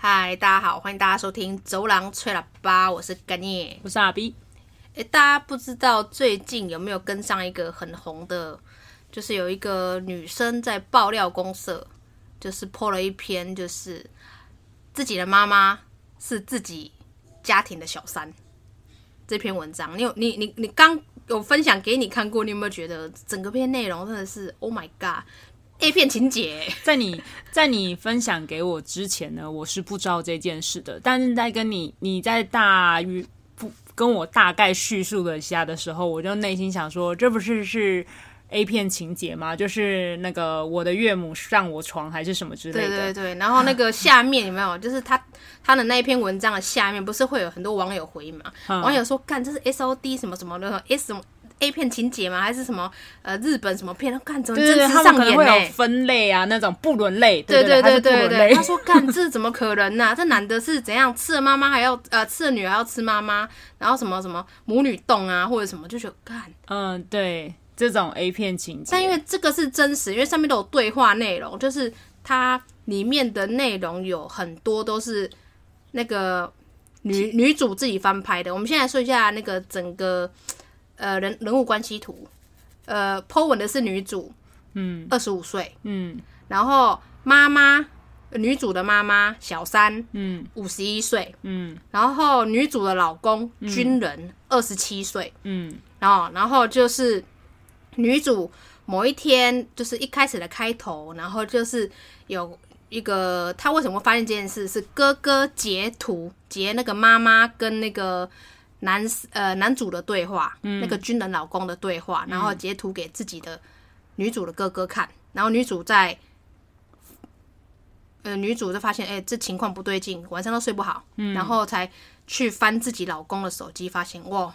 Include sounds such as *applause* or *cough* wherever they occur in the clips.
大家好，欢迎大家收听《走廊吹喇叭》，我是甘叶。我是阿 B，诶，大家不知道最近有没有跟上一个很红的，就是有一个女生在爆料公社，就是破了一篇，就是自己的妈妈是自己家庭的小三这篇文章。你有你你你刚有分享给你看过，你有没有觉得整个篇内容真的是 Oh my God，A 片情节、在你在你分享给我之前呢，我是不知道这件事的，但是在跟你你在大约不跟我大概叙述了一下的时候，我就内心想说，这不是是 A 片情节吗？就是那个我的岳母上我床还是什么之类对的，对对，然后那 *laughs* 个下面有没有？就是他他的那一篇文章的下面，不是会有很多网友回 *laughs* 嘛？嗯网友说：“干，这是 S O D 什么什么的，S 什么 A 片情节吗？还是什么呃日本什么片？干，怎么对真对，实他们上可能演会呢、有分类啊，那种不伦类，对对对它是对不伦类对，*laughs* 他说干这怎么可能呐、这男的是怎样吃了妈妈还要呃吃了女儿要吃妈妈，然后什么什么母女洞啊或者什么，就觉得干嗯，对，这种 A 片情节，但因为这个是真实，因为上面都有对话内容，就是它里面的内容有很多都是那个女女主自己翻拍的。我们先来说一下那个整个呃人人物关系图，呃，Po 文的是女主，嗯，二十五岁，嗯然后妈妈女主的妈妈小三嗯五十一岁，嗯然后女主的老公军人二十七岁，嗯然后，然后就是女主某一天，就是一开始的开头，然后就是有一个她为什么会发现这件事，是哥哥截图截那个妈妈跟那个男呃男主的对话，嗯那个军人老公的对话，然后截图给自己的女主的哥哥看，嗯然后女主在。呃，女主就发现，哎、这情况不对劲，晚上都睡不好，嗯然后才去翻自己老公的手机，发现哇，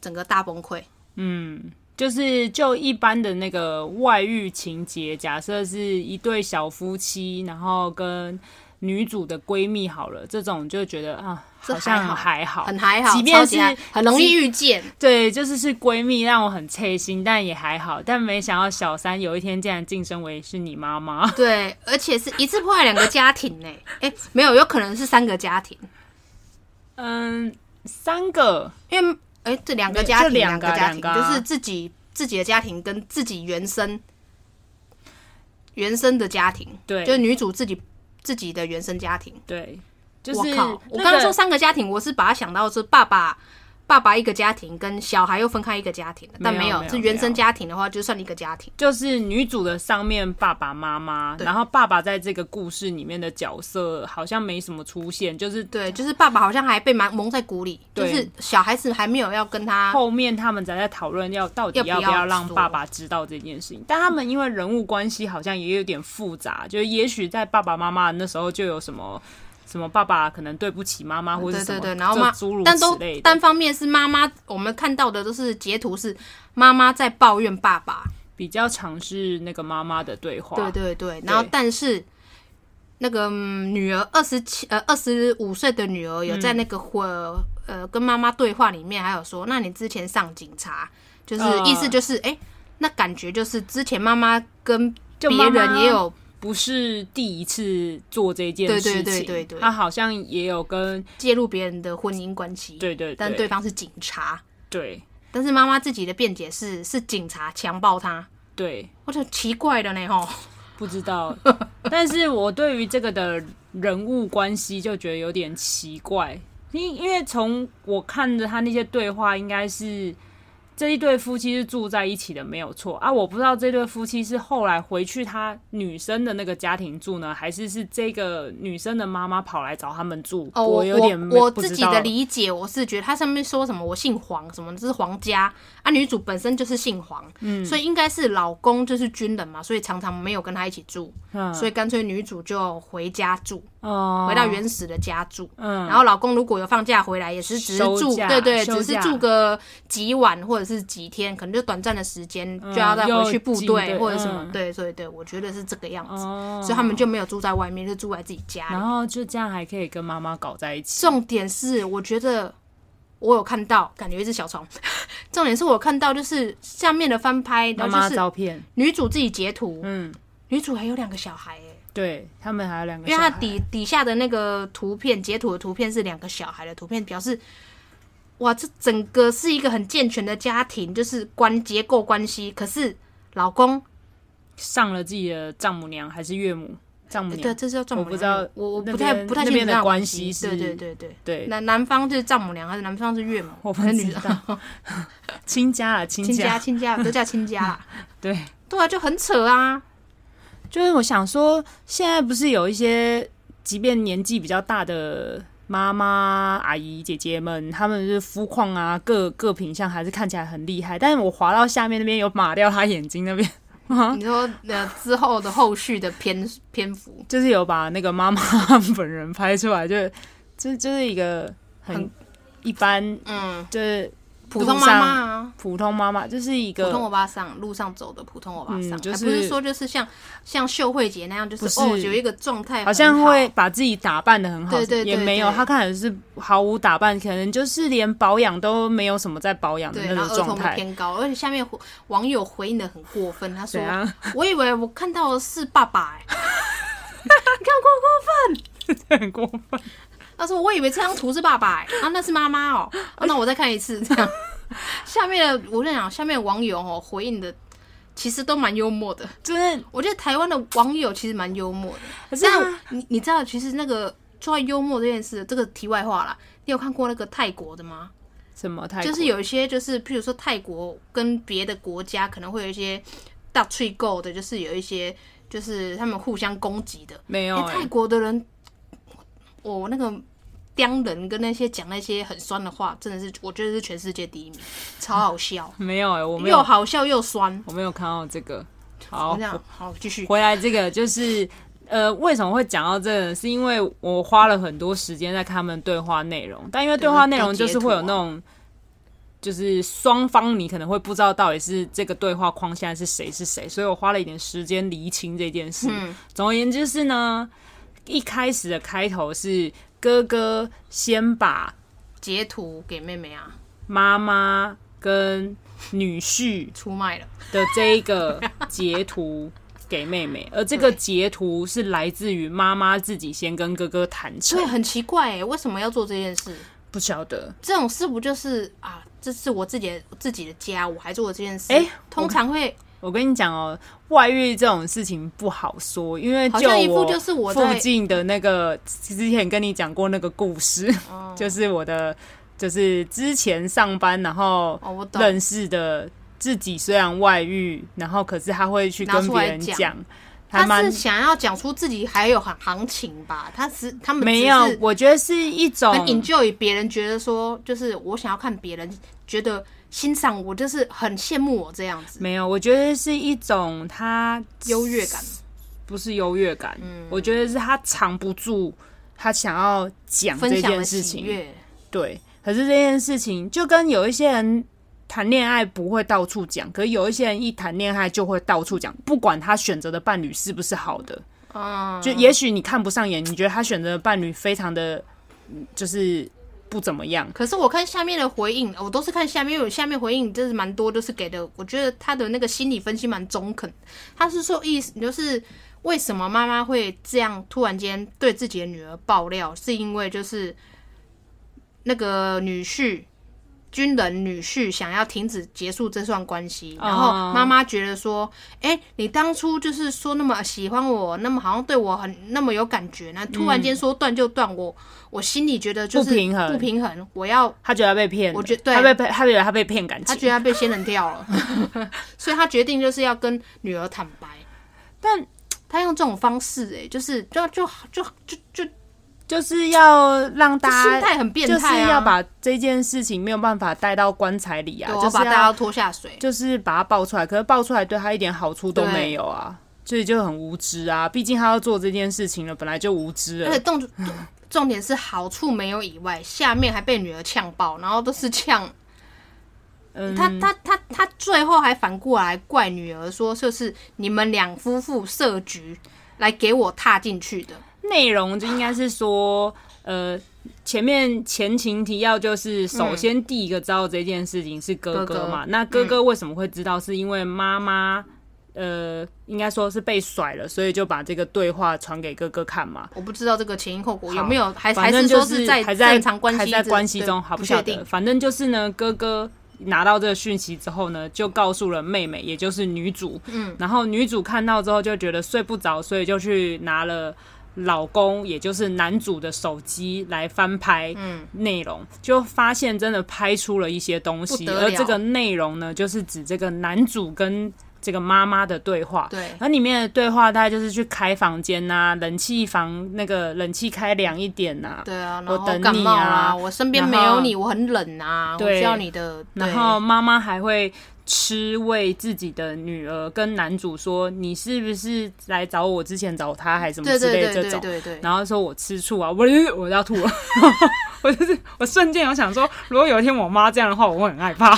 整个大崩溃。嗯，就是就一般的那个外遇情节，假设是一对小夫妻，然后跟女主的闺蜜好了，这种就觉得啊，这好像还好还好，很还好，即便超级还是很容易遇见，对，就是是闺蜜让我很刺心，但也还好。但没想到小三有一天竟然晋升为是你妈妈，对，而且是一次破坏两个家庭呢、哎、没有，有可能是三个家庭，嗯，三个，因为哎、这两个没家就庭，两两个个家两庭个啊就是自己自己的家庭跟自己原生原生的家庭，对就是女主自己自己的原生家庭。对，就是我靠，我那刚刚个说三个家庭，我是把它想到是爸爸。爸爸一个家庭跟小孩又分开一个家庭了，但没没有有没，有是原没生有家庭的话，就算一个家庭。就是女主的上面爸爸妈妈，然后爸爸在这个故事里面的角色好像没什么出现，就是对，就是爸爸好像还被蒙蒙在鼓里，就对是小孩子还没有要跟他后面他们才在讨论要到底要要不不要要让说爸爸知道这件事情，但他们因为人物关系好像也有点复杂，就是也许在爸爸妈妈那时候就有什么什么爸爸可能对不起妈妈或者对什对么，对，然后就妈诸如，但都此类的，单方面是妈妈，我们看到的都是截图是妈妈在抱怨爸爸，比较常是那个妈妈的对话，对对对，然后对但是那个、嗯女儿二十七呃二十五岁的女儿有在嗯那个会、呃跟妈妈对话里面还有说，那你之前上警察，就是、嗯意思就是哎、诶那感觉就是之前妈妈跟就别妈妈人也有不是第一次做这件对事对对情，对对他好像也有跟介入别人的婚姻关系，对对但对对方是警察，对但是妈妈自己的辩解是是警察强暴她。对我就哦奇怪了呢，吼，不知道， *laughs* 但是我对于这个的人物关系就觉得有点奇怪，因因为从我看着他那些对话，应该是这一对夫妻是住在一起的，没有错啊。我不知道这对夫妻是后来回去他女生的那个家庭住呢，还是是这个女生的妈妈跑来找他们住。哦，我有点我我不自知己道的理解，我是觉得他上面说什么我姓黄什么，这是黄家啊，女主本身就是姓黄，嗯，所以应该是老公就是军人嘛，所以常常没有跟他一起住，嗯所以干脆女主就回家住，哦，回到原始的家住。嗯然后老公如果有放假回来，也是只是休住，假对对，休只是假住个几晚或者是几天，可能就短暂的时间，就要再嗯又回去部进队队或者什么，嗯对对对，我觉得是这个样子，哦，所以他们就没有住在外面，就住在自己家里然。后就这样还可以跟妈妈搞在一起，重点是，我觉得我有看到，感觉一只小虫。 *laughs* 重点是我有看到，就是下面的翻拍，妈然后妈就是照片，女主自己截图，嗯女主还有两个小孩哎、对他们还有两个因小为孩，它底底下的那个图片截图的图片是两个小孩的图片，表示哇，这整个是一个很健全的家庭，就是关结构关系。可是老公，上了自己的丈母娘还是岳母，丈母娘对，这是叫丈母娘，嗯我不知道我我那不太边不太那清楚边的这样关系系是对对对对，对，南南方就是丈母娘，还是南方是岳母，我不还是知女的道 *laughs* 亲家啊，亲亲家亲 *laughs* 家都叫亲家啦。对，对啊，就很扯啊。就是我想说，现在不是有一些，即便年纪比较大的妈妈、阿姨、姐姐们，她们就是肤况啊，各各品相还是看起来很厉害。但是我滑到下面那边有码掉她眼睛那边，啊你说呃之后的后续的篇篇幅就是有把那个妈妈本人拍出来，就就就是一个很很一般，嗯，就是普通妈妈啊。普通妈妈，就是一普通个欧巴桑路上走的普通欧巴嗯桑，就还是不是说就是像像秀慧姐那样，就不是是哦有一个状态很好像会把自己打扮的很好，对对对也没有，对她看起来是毫无打扮，可能就是连保养都没有什么在保养的对，那然后种儿童状都态。偏高，而且下面回网友回应的很过分，他说怎 *laughs* 样？我以为我看到的是爸爸、欸，很过分。他说我以为这张图是爸爸、欸，啊那是妈妈哦，啊哎那我再看一次这 *laughs* 样。下面的我在想，下面的网友哦回应的其实都蛮幽默的，就是我觉得台湾的网友其实蛮幽默的。可是啊但你你知道，其实那个说到幽默这件事，这个题外话啦，你有看过那个泰国的吗？什么泰国就是有一些，就是譬如说泰国跟别的国家可能会有一些大吹购的，就是有一些就是他们互相攻击的。没有、哎、欸泰国的人，我我那个刁人跟那些讲那些很酸的话，真的是我觉得是全世界第一名，超好笑，没有哎、我 *laughs* 没又有好笑又酸。我没有看到这个。好这，样好，继 *laughs* 续。回来这个就是呃，为什么会讲到这个？是因为我花了很多时间在看他们对话内容，但因为对话内容就是会有那种。就是双方，你可能会不知道到底是这个对话框现在是谁是谁，所以我花了一点时间厘清这件事。嗯，总而言之是呢，一开始的开头是哥哥先把截图给妹妹啊，妈妈跟女婿出卖 *laughs* 了。的这一个截图给妹妹，而这个截图是来自于妈妈自己先跟哥哥坦诚对，，很奇怪哎，为什么要做这件事？不晓得。这种事不就是啊？这是我自己的自己的家，我还做了这件事。哎通常会我跟你讲哦，外遇这种事情不好说，因为好像一我副就是我附在近的那个之前跟你讲过那个故事，哦就是我的就是之前上班然后哦，我懂，认识的自己虽然外遇，然后可是他会去拿跟出别来人讲讲，还他蛮是想要讲出自己还有行行情吧？他是他们没只有是，我觉得是一种很 enjoy 别人觉得说，就是我想要看别人觉得欣赏我，就是很羡慕我这样子没有，我觉得是一种他优越感。不是优越感，嗯我觉得是他藏不住他想要讲分这享件的事喜情，悦，对。可是这件事情就跟有一些人谈恋爱不会到处讲，可是有一些人一谈恋爱就会到处讲，不管他选择的伴侣是不是好的，嗯，就也许你看不上眼，你觉得他选择的伴侣非常的，嗯就是不怎么样。可是我看下面的回应，我都是看下面，因为我下面回应就是蛮多，就是给的，我觉得他的那个心理分析蛮中肯。他是说意思就是为什么妈妈会这样突然间对自己的女儿爆料，是因为就是那个女婿。军人女婿想要停止结束这段关系，然后哦妈妈觉得说：“哎、你当初就是说那么喜欢我，那么好像对我很那么有感觉，那突然间说断就断，我我心里觉得就是嗯不平衡不平衡，我要他觉得他被骗了，我觉对他被骗他觉得他被骗感他情，觉得他被仙人跳了， *laughs* 所以他决定就是要跟女儿坦白。但他用这种方式、欸，哎，就是就就就就就就就是要让大心家态很变就是态啊，要把这件事情没有办法带到棺材里啊，对我就要是把大家要拖下水。就是把它爆出来，可是爆出来对他一点好处都没有啊，所以就很无知啊。毕竟他要做这件事情了，本来就无知而了且。重重重点是好处没有以外，下面还被女儿呛爆，然后都是呛。嗯他他他他最后还反过来怪女儿说，就是你们两夫妇设局来给我踏进去的。内容就应该是说，呃，前面前情提要就是，首先第一个知道这件事情是哥哥嘛，嗯哥哥嗯那哥哥为什么会知道？是因为妈妈。呃，应该说是被甩了，所以就把这个对话传给哥哥看嘛。我不知道这个前因后果有好没有，还反还正是就说是在还正常关系还在之关系对中，好不晓确得。定。反正就是呢，哥哥拿到这个讯息之后呢，就告诉了妹妹，也就是女主。嗯，然后女主看到之后就觉得睡不着，所以就去拿了。老公，也就是男主的手机来翻拍嗯内容，就发现真的拍出了一些东西，不得而这了个内容呢，就是指这个男主跟这个妈妈的对话。对而里面的对话大概就是去开房间呐、冷气房那个冷气开凉一点呐、对啊，我然后等感你冒啊啦，我身边没然后有你，我很冷啊，我对需要你的。然对后妈妈还会吃喂自己的女儿，跟男主说：“你是不是来找我之前找他，还是什么对之类对的对对这种？”对对，然后说我吃醋啊，我我要吐了，我就是我瞬间有想说，如果有一天我妈这样的话，我会很害怕。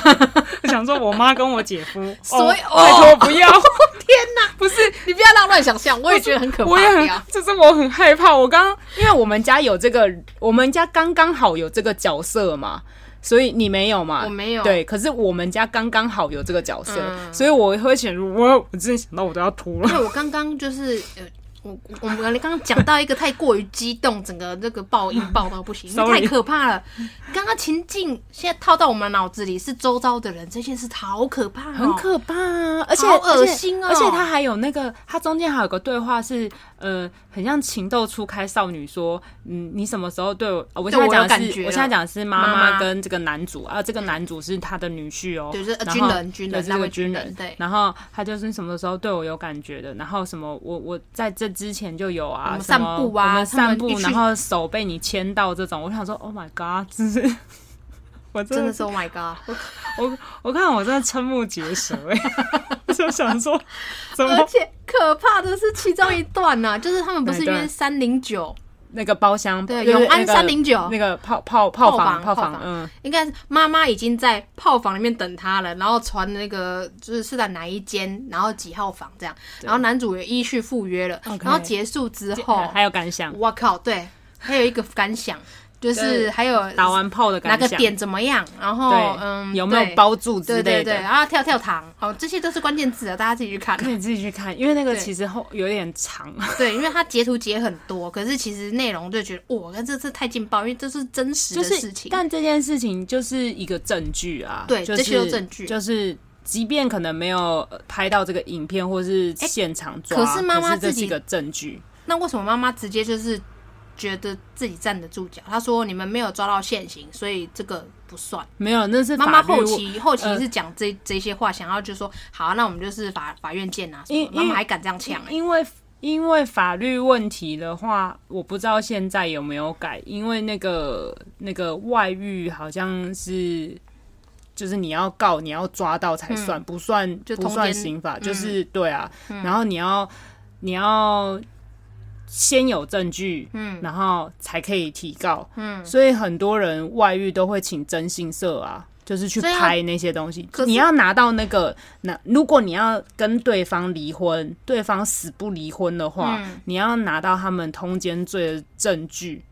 我想说我妈跟我姐夫，所以哦、拜托哦不要，天哪，不是你不要让乱想象，我也觉得很可怕。我也不很要，就是我很害怕。我刚因为我们家有这个，我们家刚刚好有这个角色嘛，所以你没有嘛？我没有对，可是我们家刚刚好有这个角色，嗯所以我会选入我，我真的想到我都要吐了因。为我刚刚就是呃，我我我们刚刚讲到一个太过于激动，整个这个爆音爆到不行，因为 Sorry 太可怕了。刚刚情境现在套到我们脑子里是周遭的人，这件事好可怕哦、很可怕啊！而且好而且恶心哦而且他还有那个，他中间还有个对话是，呃，很像情窦初开少女说，嗯，你什么时候对我？啊我现对我在有讲的感是，觉我现在讲的是妈妈妈妈跟这个男主啊，这个男主是他的女婿哦，对就是呃然后军人军人对是那个位军军人，人对然后他就是什么时候对我有感觉的，然后什么我我在这之前就有啊，我们什么散步啊我们他散们步一，群然后手被你牵到这种，我想说，Oh my God，真是。 *laughs* 我真真的的是 Oh my God！我我看我真的瞠目结舌哎、 *laughs* 我就想说，怎而么且可怕的是其中一段 *laughs* 呢、就是他们不哪是一段约三零九，那个包厢对就是永安那个309那个泡泡泡房泡房泡房房嗯，应该是妈妈已经在炮房里面等他了，然后传那个就是是在哪一间，然后几号房这样，然后男主也依序赴约了 OK 然后结束之还后，嗯还有感想，我靠，对，还有一个感想就是还有打完炮的哪感个想，点怎么样，然后对，嗯有没有对包住之对类对的对，。然后跳跳糖，哦，这些都是关键字啊，大家自己去看。可以自己去看，因为那个对其实后有点长，对，因为他截图截很多，可是其实内容就觉得哇，那这次太劲爆，因为这是真实就的是事，情。但这件事情就是一个证据啊，对就这些都是证据就是即便可能没有呃拍到这个影片或是现场抓，哎可是妈妈这自是己一个证据，那为什么妈妈直接就是觉得自己站得住脚？她说你们没有抓到现行，所以这个不算。没有，那是妈妈法律呃后问期后期是讲这、这些话，想要就说好、啊，那我们就是法法院见啊什么因的。妈因为妈还敢这样呛、欸，因为因为法律问题的话，我不知道现在有没有改，因为那个那个外遇好像是。就是你要告，你要抓到才算，不算嗯就不通算奸刑法，嗯就是对啊。然后你要你要先有证据，嗯，然后才可以提告，嗯。所以很多人外遇都会请征信社啊，就是去所以要拍那些东西可。是你要拿到那个那如果你要跟对方离婚，对方死不离婚的话，嗯你要拿到他们通奸罪的证据，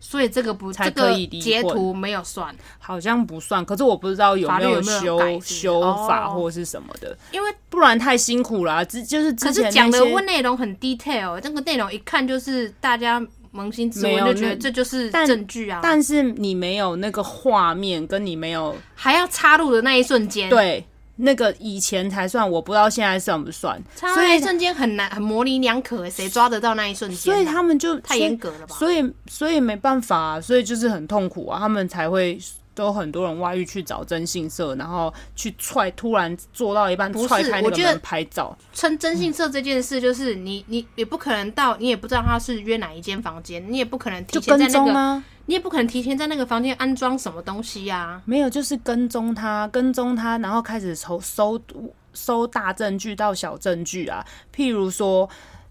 所以这个不才这可个以离婚截图没有算，好像不算。可是我不知道有没法律有没有修改是不是修法哦或是什么的，因为不然太辛苦啦、之就是之可前是讲那的些问内容很 detail，那个内容一看就是大家扪心自没问有就觉那得这就是但证据啊，但是你没有那个画面，跟你没有还要插入的那一瞬间，，对那个以前才算，我不知道现在算不算。插入所那一以瞬间很难很模棱两可欸，谁抓得到那一瞬间啊？所以他们就太严格了吧？所以所以没办法、啊，所以就是很痛苦啊，他们才会。都很多人外遇去找征信社，然后去踹，突然做到一半不是踹开那我个觉得门拍照，称征信社这件事，就是你你也不可能到，你也不知道他是约哪一间房间，你也不可能提就前在跟那踪啊个，吗？你也不可能提前在那个房间安装什么东西啊呀、没有，就是跟踪他，跟踪他，然后开始从搜搜大证据到小证据啊，譬如说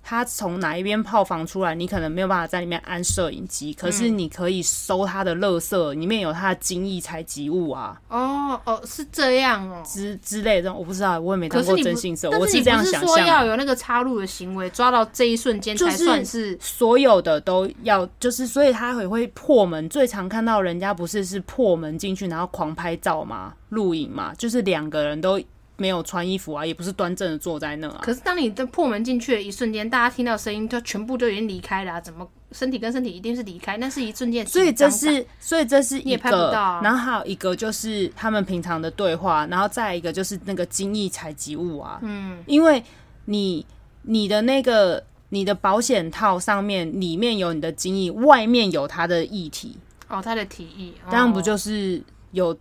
他从哪一边炮房出来，你可能没有办法在里面安摄影机，可是嗯你可以搜他的垃圾，里面有他的精益采集物啊，哦哦，是这样哦。之之类的这种，我不知道，我也没可当是过你不征信社，但我是你这样不是想说象。啊要有那个插入的行为，抓到这一瞬间就才是算是所有的都要，就是所以他也会破门。最常看到人家不是是破门进去，然后狂拍照嘛、录影嘛，就是两个人都没有穿衣服啊，也不是端正的坐在那啊。可是当你的破门进去的一瞬间，大家听到声音就全部就已经离开了啊、怎么身体跟身体一定是离开，那是一瞬间的所以紧张这感，是，所以这是你一也拍不个，到啊然后还有一个就是他们平常的对话，然后再一个就是那个精益采集物啊，嗯，因为你你的那个你的保险套上面里面有你的精益，外面有它的液体，哦，他的提议，哦当然不就是有。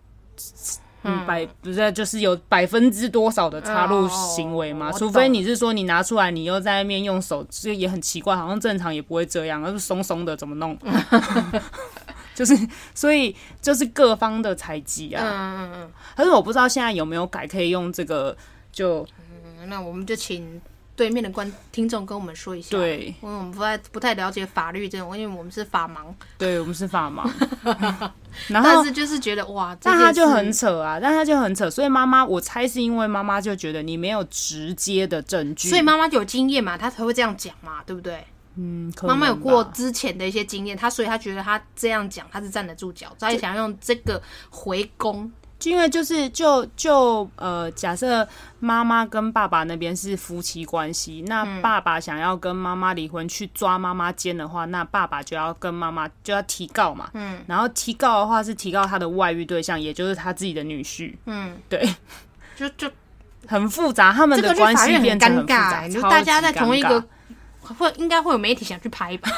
嗯，百不是就是有百分之多少的插入行为嘛？哦我除懂非你是说你拿出来，你又在那边用手，这也很奇怪，好像正常也不会这样，而是松松的怎么 *laughs* 弄？就是所以就是各方的采集嗯啊，嗯嗯可是我不知道现在有没有改可以用这个，就嗯，那我们就请对面的观听众跟我们说一下，，对因为我们不太不太了解法律这种，因为我们是法盲，对，我们是法盲， *laughs* 然后但是就是觉得哇，这但他件就事很扯啊，但他就很扯，所以妈妈我猜是因为妈妈就觉得你没有直接的证据，所以妈妈就有经验嘛，她才会这样讲嘛，对不对？嗯可妈妈有能过吧之前的一些经验，她所以她觉得她这样讲，她是站得住脚，她也想用这个回攻。就因为就是就就呃，假设妈妈跟爸爸那边是夫妻关系，嗯那爸爸想要跟妈妈离婚去抓妈妈奸的话，那爸爸就要跟妈妈就要提告嘛，嗯，然后提告的话是提告他的外遇对象，也就是他自己的女婿，嗯，对，就就很复杂，他们这的个去关法系院很变成尴很复杂，尬，就超大家级在同一尴个尬，会应该会有媒体想去拍吧？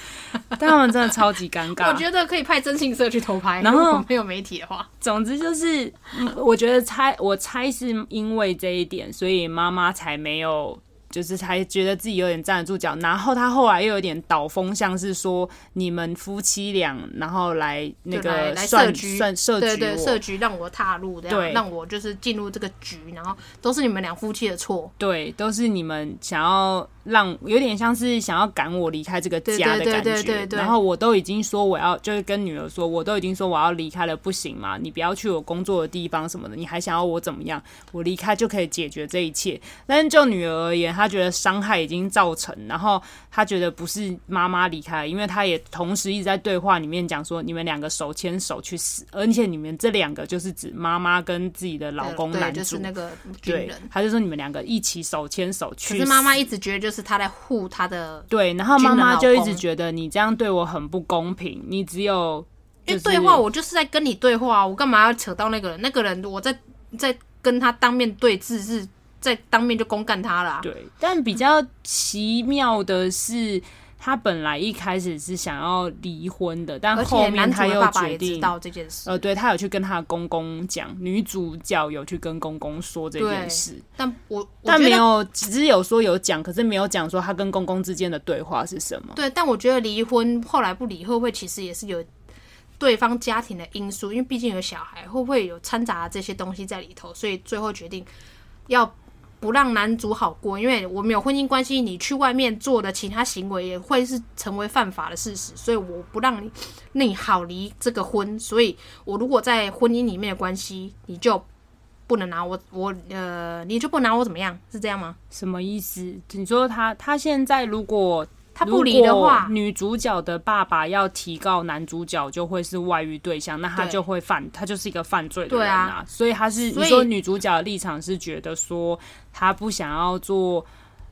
*laughs* 但他们真的超级尴尬。我觉得可以派征信社去偷拍，啊然后如果没有媒体的话，总之就是，嗯我觉得猜我猜是因为这一点，所以妈妈才没有，就是才觉得自己有点站得住脚。然后她后来又有点倒风向，是说你们夫妻俩，然后来那就来个来算设局算设局对对，我设局让我踏入，这对样让我就是进入这个局，然后都是你们两夫妻的错。对，都是你们想要让，有点像是想要赶我离开这个家对的对感觉。对对对然后我都已经说我要，就是跟女儿说，我都已经说我要离开了，不行嘛，你不要去我工作的地方什么的，你还想要我怎么样？我离开就可以解决这一切。但是就女儿而言，她觉得伤害已经造成，然后她觉得不是妈妈离开，因为她也同时一直在对话里面讲说，你们两个手牵手去死，而且你们这两个就是指妈妈跟自己的老公呃对，男主。就是那个军对人。，他就说你们两个一起手牵手可去死。是妈妈一直觉得就是他在护他的，对，然后妈妈军就人一老直公觉得你这样对我很不公平，你只有、因就为是、对话我就是在跟你对话啊，我干嘛要扯到那个人？那个人我在在跟他当面对峙，是在当面就公干他了啊、对，但比较奇妙的是。他本来一开始是想要离婚的，但而后且男面主他的又爸爸决也定知，道这件事，呃，对他有去跟他的公公讲，女主角有去跟公公说这件对事，但我我但觉没得有，只是有说有讲，可是没有讲说他跟公公之间的对话是什么。对，但我觉得离婚后来不理会不会其实也是有对方家庭的因素，因为毕竟有小孩，会不会有掺杂这些东西在里头，所以最后决定要不让男主好过，因为我们有婚姻关系，你去外面做的其他行为也会是成为犯法的事实，所以我不让你你好离这个婚，所以我如果在婚姻里面的关系，你就不能拿我我呃，你就不能拿我怎么样，是这样吗？什么意思？你说他他现在如果他不离的如话果，女主角的爸爸要提告男主角就会是外遇对象，那他对就会犯，他就是一个犯罪的对人啊啊。所以他是所你以说女主角的立场是觉得说他不想要做，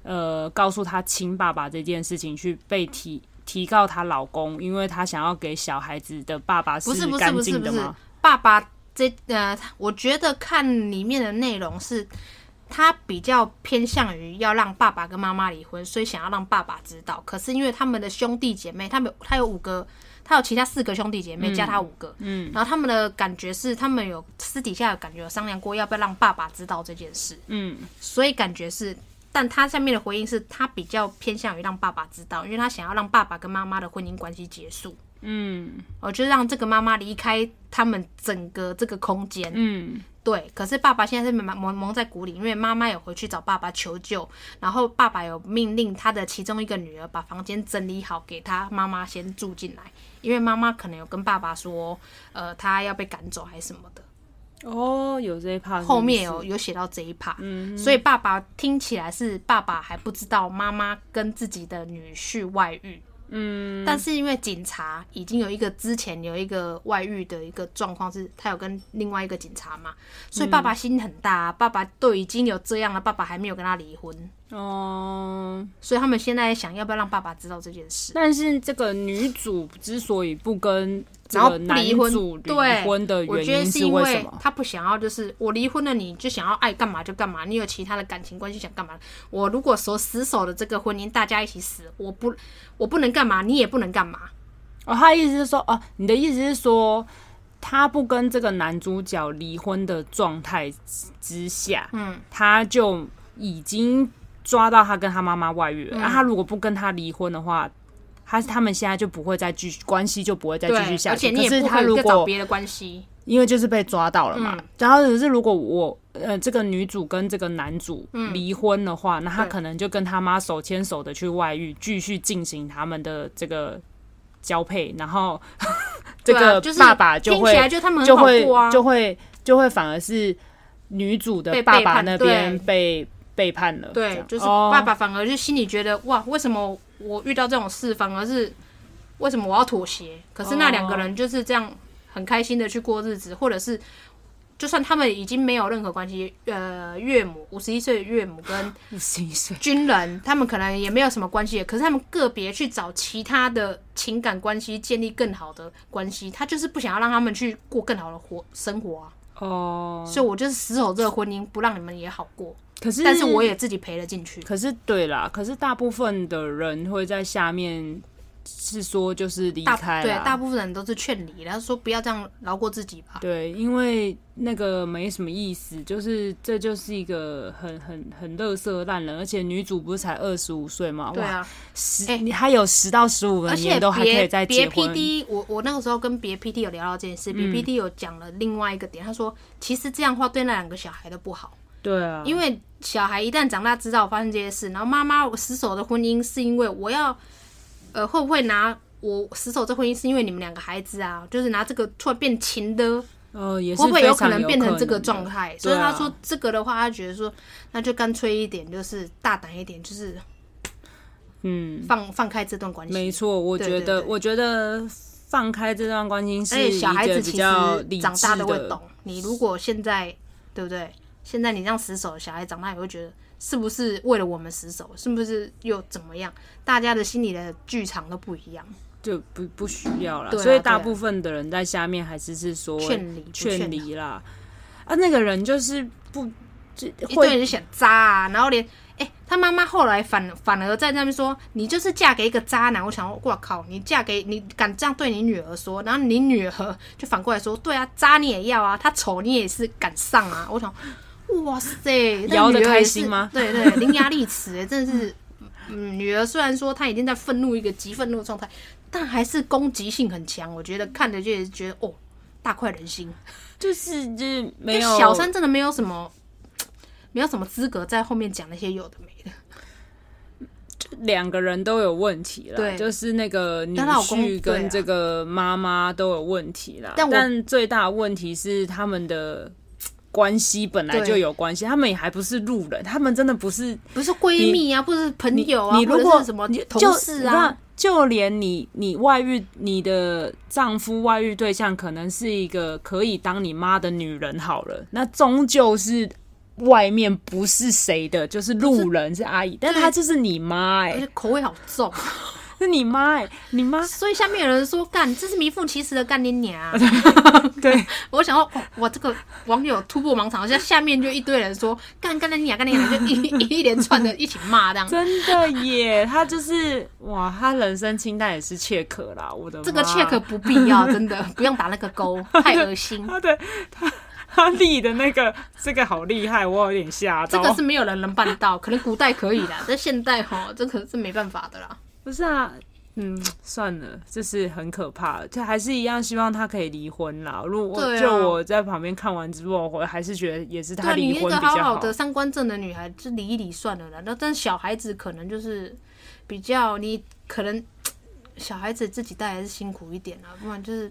呃，告诉他亲爸爸这件事情去被提。提告她老公，因为她想要给小孩子的爸爸不是不是干不是净的不是吗？爸爸这呃，我觉得看里面的内容是，他比较偏向于要让爸爸跟妈妈离婚，所以想要让爸爸知道。可是因为他们的兄弟姐妹，他们有他有五个，他有其他四个兄弟姐妹，加他五个，嗯，然后他们的感觉是，他们有私底下有感觉有商量过要不要让爸爸知道这件事，嗯，所以感觉是。但他下面的回应是他比较偏向于让爸爸知道，因为他想要让爸爸跟妈妈的婚姻关系结束。哦，就让这个妈妈离开他们整个这个空间。嗯，对，可是爸爸现在是蒙蒙蒙在鼓里，因为妈妈有回去找爸爸求救，然后爸爸有命令他的其中一个女儿把房间整理好，给他妈妈先住进来，因为妈妈可能有跟爸爸说，呃，他要被赶走还是什么的。哦，有这一趴是不是，后面有有写到这一 part，、所以爸爸听起来是爸爸还不知道妈妈跟自己的女婿外遇，嗯，但是因为警察已经有一个之前有一个外遇的一个状况，是他有跟另外一个警察嘛，所以爸爸心很大、啊，爸爸都已经有这样了，爸爸还没有跟他离婚，哦、所以他们现在想要不要让爸爸知道这件事？但是这个女主之所以不跟这然后个不男离婚主离对婚的我原觉得因是是因为什为么？他不想要，就是我离婚了，你就想要爱干嘛就干嘛，你有其他的感情关系想干嘛。我如果守死守的这个婚姻，大家一起死，我不我不能干嘛，你也不能干嘛。哦，他的意思是说，哦，你的意思是说，他不跟这个男主角离婚的状态之之下，嗯，他就已经抓到他跟他妈妈外遇了。那、他如果不跟他离婚的话，他他们现在就不会再继续关系，就不会再对继续，下而去。且你也可是不他可以如再找果别的关系。因为就是被抓到了嘛，嗯然后可是如果我呃这个女主跟这个男主离婚的话，那他对可能就跟他妈手牵手的去外遇，继续进行他们的这个交配，然后 *laughs* 这对个啊就是爸爸就听起会、来就他们就很好会过啊，就会就会反而是女主的被爸背爸叛那对边被背叛了，这对样，就是哦爸爸反而就心里觉得哇，为什么我遇到这种事，反而是为什么我要妥协？可是那两个人就是这样很开心的去过日子，或者是就算他们已经没有任何关系，呃，岳母五十一岁的岳母跟五十一 *laughs* 岁，军人，他们可能也没有什么关系，可是他们个别去找其他的情感关系，建立更好的关系，他就是不想要让他们去过更好的活生活啊，哦，所以我就是死守这个婚姻，不让你们也好过，可是但是我也自己赔了进去。可是对啦，可是大部分的人会在下面是说就是离大开对啦，大部分人都是劝离，然后说不要这样饶过自己吧。对，因为那个没什么意思，就是这就是一个很很很乐色烂人，而且女主不是才二十五岁嘛，对哇，啊，十、哎你还有十到十五个而且年都还可以别再别结婚， PD，我我那个时候跟别 PD 有聊到这件事，别 PD 有讲了另外一个点，他说其实这样的话对那两个小孩都不好，对啊，因为小孩一旦长大知道我发生这些事，然后妈妈我死守的婚姻是因为我要，呃，会不会拿我死守这婚姻是因为你们两个孩子啊，就是拿这个突然变情的。呃也是会不会非有常可能变成这个的状态？对所以啊他说这个的话，他觉得说那就干脆一点，就是大胆一点，就是嗯，放放开这段关没系。错，我对觉对得对我觉得放开这段关系而是且一小孩个子比其较实理长智大都会的懂，你如果现在对不对？现在你这样死守，小孩长大也会觉得是不是为了我们死守，是不是又怎么样？大家的心里的剧场都不一样，就不不需要啦，对啊所以对啊大部分的人在下面还是是说劝离不劝劝离啦，啊，那个人就是不就一堆会人想渣啊，然后连。哎、他妈妈后来反反而在那边说，你就是嫁给一个渣男。我想说，哇靠，你嫁给你敢这样对你女儿说，然后你女儿就反过来说，对啊，渣你也要啊，他丑你也是敢上啊。我想，哇 *laughs* 塞，那摇得女儿开也心是吗对对，伶牙俐齿、 *laughs* 哎真的是。嗯，女儿虽然说她已经在愤怒一个极愤怒的状态，但还是攻击性很强。我觉得看着就也是觉得哦，大快人心。就是就是没因有为小三真的没有什么，没有什么资格在后面讲那些有的没的。两个人都有问题啦，对就是那个女但她老公对婿跟啊这个妈妈都有问题啦，但我最大的问题是他们的。关系本来对就有关系，他们也还不是路人，他们真的不是不是闺蜜啊，或者是朋友啊，你或如者果是什么你同事啊，，就就连你你外遇，你的丈夫外遇对象可能是一个可以当你妈的女人好了，那终究是外面不是谁的，就是路人是阿姨，但她就是你妈哎、而且口味好重。啊是你妈哎、你 *laughs* 妈所以下面有人说，干，这是名副其实的干你娘啊。对，我想说，哇，这个网友突破盲场，现在下面就一堆人说干干你娘，干你娘，就一 *laughs* 一连串的一起骂这样。真的耶，她就是哇，她人生清单也是切可啦，我的妈这个 check 不必要，真的不用打那个勾，太恶心。她的她她立的那个这个好厉害，我有点吓这到，个是没有人能办到，可能古代可以啦，但现代哈，这个是没办法的啦。不是啊，嗯，算了，就是很可怕，就还是一样，希望他可以离婚啦。如果、对啊就我在旁边看完之后，我还是觉得也是对他啊，你离那婚个比较好的三观正的女孩，就理一理算了啦。那但小孩子可能就是比较，你可能小孩子自己带还是辛苦一点啦，不然就是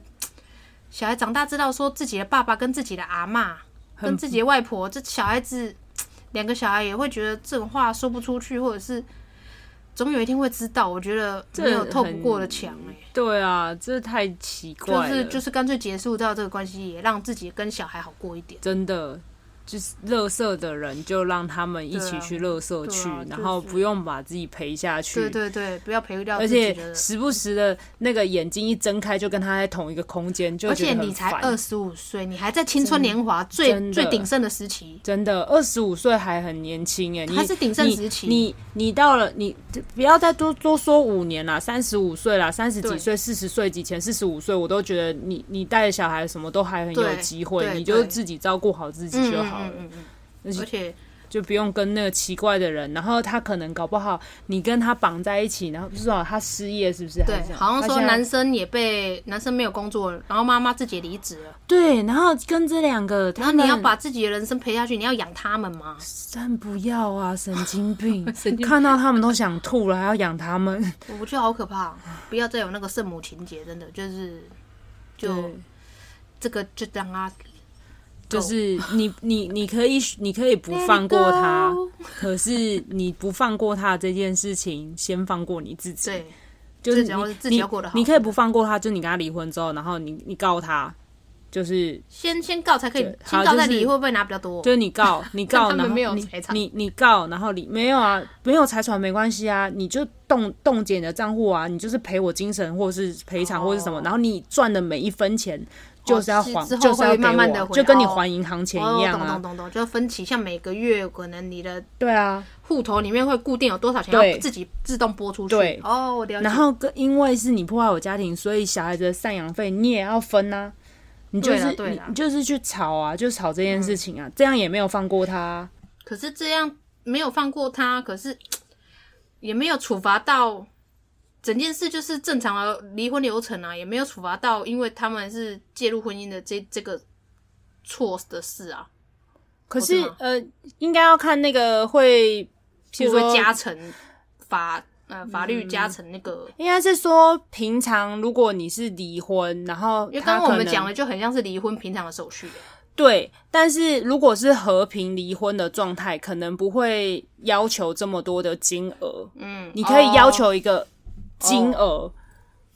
小孩长大知道说自己的爸爸跟自己的阿嬷跟自己的外婆，这小孩子两个小孩也会觉得这种话说不出去，或者是。总有一天会知道。我觉得没有这透不很过的墙哎、对啊，这太奇就怪了，是就是干脆结束掉这个关系，也让自己跟小孩好过一点。真的。就是乐色的人，就让他们一对起啊去乐色去，对啊然后就是不用把自己陪下去。对对对，不要陪掉而自己且的。时不时的那个眼睛一睁开，就跟他在同一个空间，就而觉且得你很才烦。二十五岁，你还在青春年华最真的最鼎盛的时期，真的，二十五岁还很年轻哎，你还是鼎盛时期你你你到了你不要再多多说五年啦，三十五岁啦，三十几对岁、四十岁以前，四十五岁，我都觉得你你带着小孩什么都还很有对机会，对你就对自己照顾好自己嗯就嗯好了嗯，嗯嗯，而且而且就不用跟那个奇怪的人。然后他可能搞不好你跟他绑在一起，然后不知道他失业是不是？还是对怎，样好像他说现在男生也被男生没有工作了，然后妈妈自己也离职了，对，然后跟这两个然后他们你要把自己的人生陪下去，你要养他们吗？但不要啊，神经病！ *laughs* 神经看到他们都想吐了，还要养他们。我觉得好可怕，啊不要再有那个圣母情节，真的就是就对这个就让他就是你你你可以你可以不放过他 Let it，可是你不放过他这件事情，先放过你自己。对就是最主要是你自己要过得好你，你可以不放过他，就你跟他离婚之后，然后你你告他，就是先先告才可以，对先好告再就是理会不会拿比较多？就是你告你告， *laughs* 他们然后没有你财产你你告，然后你没有啊，没有财产没关系啊，你就冻冻结你的账户啊，你就是赔我精神或是赔偿或是什么，哦然后你赚的每一分钱就是要还，之后就是要会给我啊，慢慢地回就跟你哦还银行钱哦一，样懂啊懂，懂懂，就分期，像每个月可能你的对啊，户头里面会固定有多少钱对要自己自动拨出去。对哦，我了解。然后跟因为是你破坏我家庭，所以小孩子的赡养费你也要分呐、你就对是啦对你啦嗯你就是去吵啊，就吵这件事情啊，这样也没有放过他啊、可是这样没有放过他，可是也没有处罚到，整件事就是正常的离婚流程啊，也没有处罚到，因为他们是介入婚姻的这这个错的事啊，可哦是真的吗呃，应该要看那个会，譬比如如说说加成法呃法律加成那个，应该是说，平常如果你是离婚，然后因为他刚刚我可们能讲的就很像是离婚平常的手续，对，但是如果是和平离婚的状态，可能不会要求这么多的金额。嗯，你可以要哦求一个金额，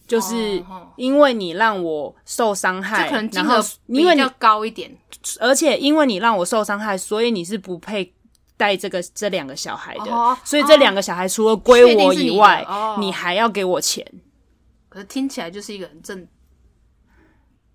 就是哦因为你让我受伤害，这可能金然额后因为比你较高一点，而且因为你让我受伤害，所以你是不配带这个这两个小孩的，哦所以这两个小孩除了归确定我是你以的外，哦你还要给我钱。可是听起来就是一个很正。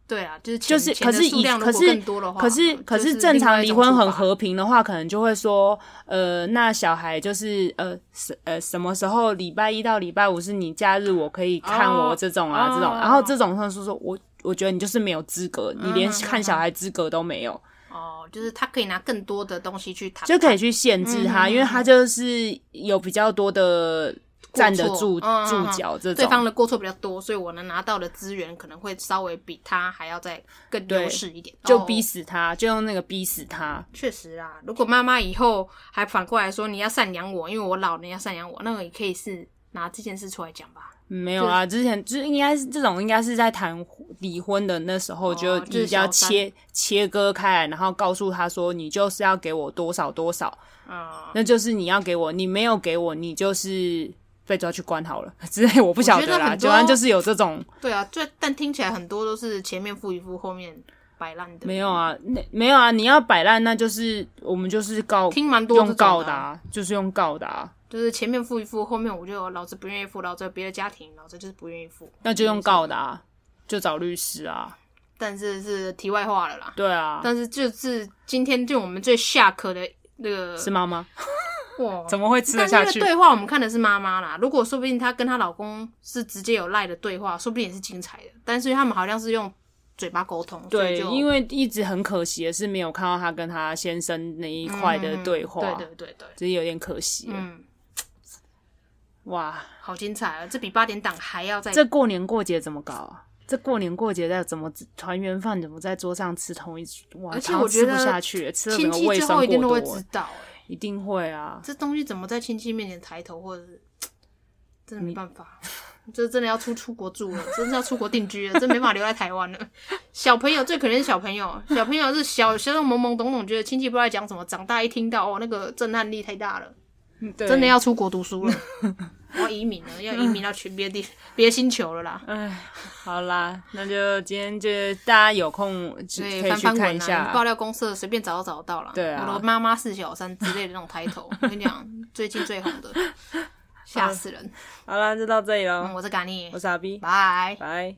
对啊，就是就就是可是数以量如可果是更多的话，哦可是就可是是正常离婚另外一很种处罚和平的话，可能就会说，呃，那小孩就是呃什呃什么时候礼拜一到礼拜五是你假日，我可以看我哦这种啊、哦这种，然后这种他说说我我觉得你就是没有资格，你嗯连看小孩资格都没有，哦，就是他可以拿更多的东西去谈，就可以去限制嗯他，因为他就是有比较多的站得过错住嗯嗯住嗯脚这对种方。的过错比较多，所以我能拿到的资源可能会稍微比他还要再更优势一点，就哦逼死他，就用那个逼死他。确实啦，如果妈妈以后还反过来说你要赡养我，因为我老了你要赡养我，那个也可以是拿这件事出来讲吧。没有啊，之前就是应该是这种，应该是在谈离婚的那时候就哦就是比较小三切、切割开来，然后告诉他说，你就是要给我多少多少，啊、那就是你要给我，你没有给我，你就是被抓去关好了 *laughs* 之类，我不晓我觉得啦。很多九安就是有这种对啊，就但听起来很多都是前面付一付，后面摆烂的。没有，啊，那没有啊，你要摆烂，那就是我们就是告听蛮多这用种告的的、啊、啊，就是用告的、啊，就是前面付一付，后面我就老子不愿意付，老子有别的家庭，老子就是不愿意付，那就用告的、啊，就找律师啊，但是是题外话了啦。对啊，但是就是今天就我们最下课的那个是妈妈哇，怎么会吃得但下那个去？对话我们看的是妈妈啦。如果说不定她跟她老公是直接有赖的对话，说不定也是精彩的。但是他们好像是用嘴巴沟通，所以对，就嗯因为一直很可惜的是没有看到他跟他先生那一块的对话，嗯对对对对，这有点可惜了。嗯，哇，好精彩啊！这比八点档还要再这过年过节怎么搞啊？这过年过节在怎么团圆饭怎么在桌上吃同一哇，而且常常我觉得吃不下去，吃了亲整个戚胃最酸后过一定都会多知，道、欸。一定会啊！这东西怎么在亲戚面前抬头，或者是真的没办法， *laughs* 这真的要出出国住了，真的要出国定居了，真没办法留在台湾了。 *laughs* 小朋友最可怜是小朋友，小朋友是小小时候懵懵懂懂，觉得亲戚不知道在讲什么，长大一听到哦，那个震撼力太大了。对真的要出国读 *laughs* 书了，我要移民了，要移民到去别地别的星球了啦。嗯好啦，那就今天就大家有空只对，可以翻去翻看一滚下。啊！爆料公社随便找都找得到啦。对啊我的妈妈是小三之类的那种抬头，我跟你讲，最近最 *laughs* 红的，吓死人。好啦，就到这里喽。嗯，我是咖喱我，是阿 B，拜。拜。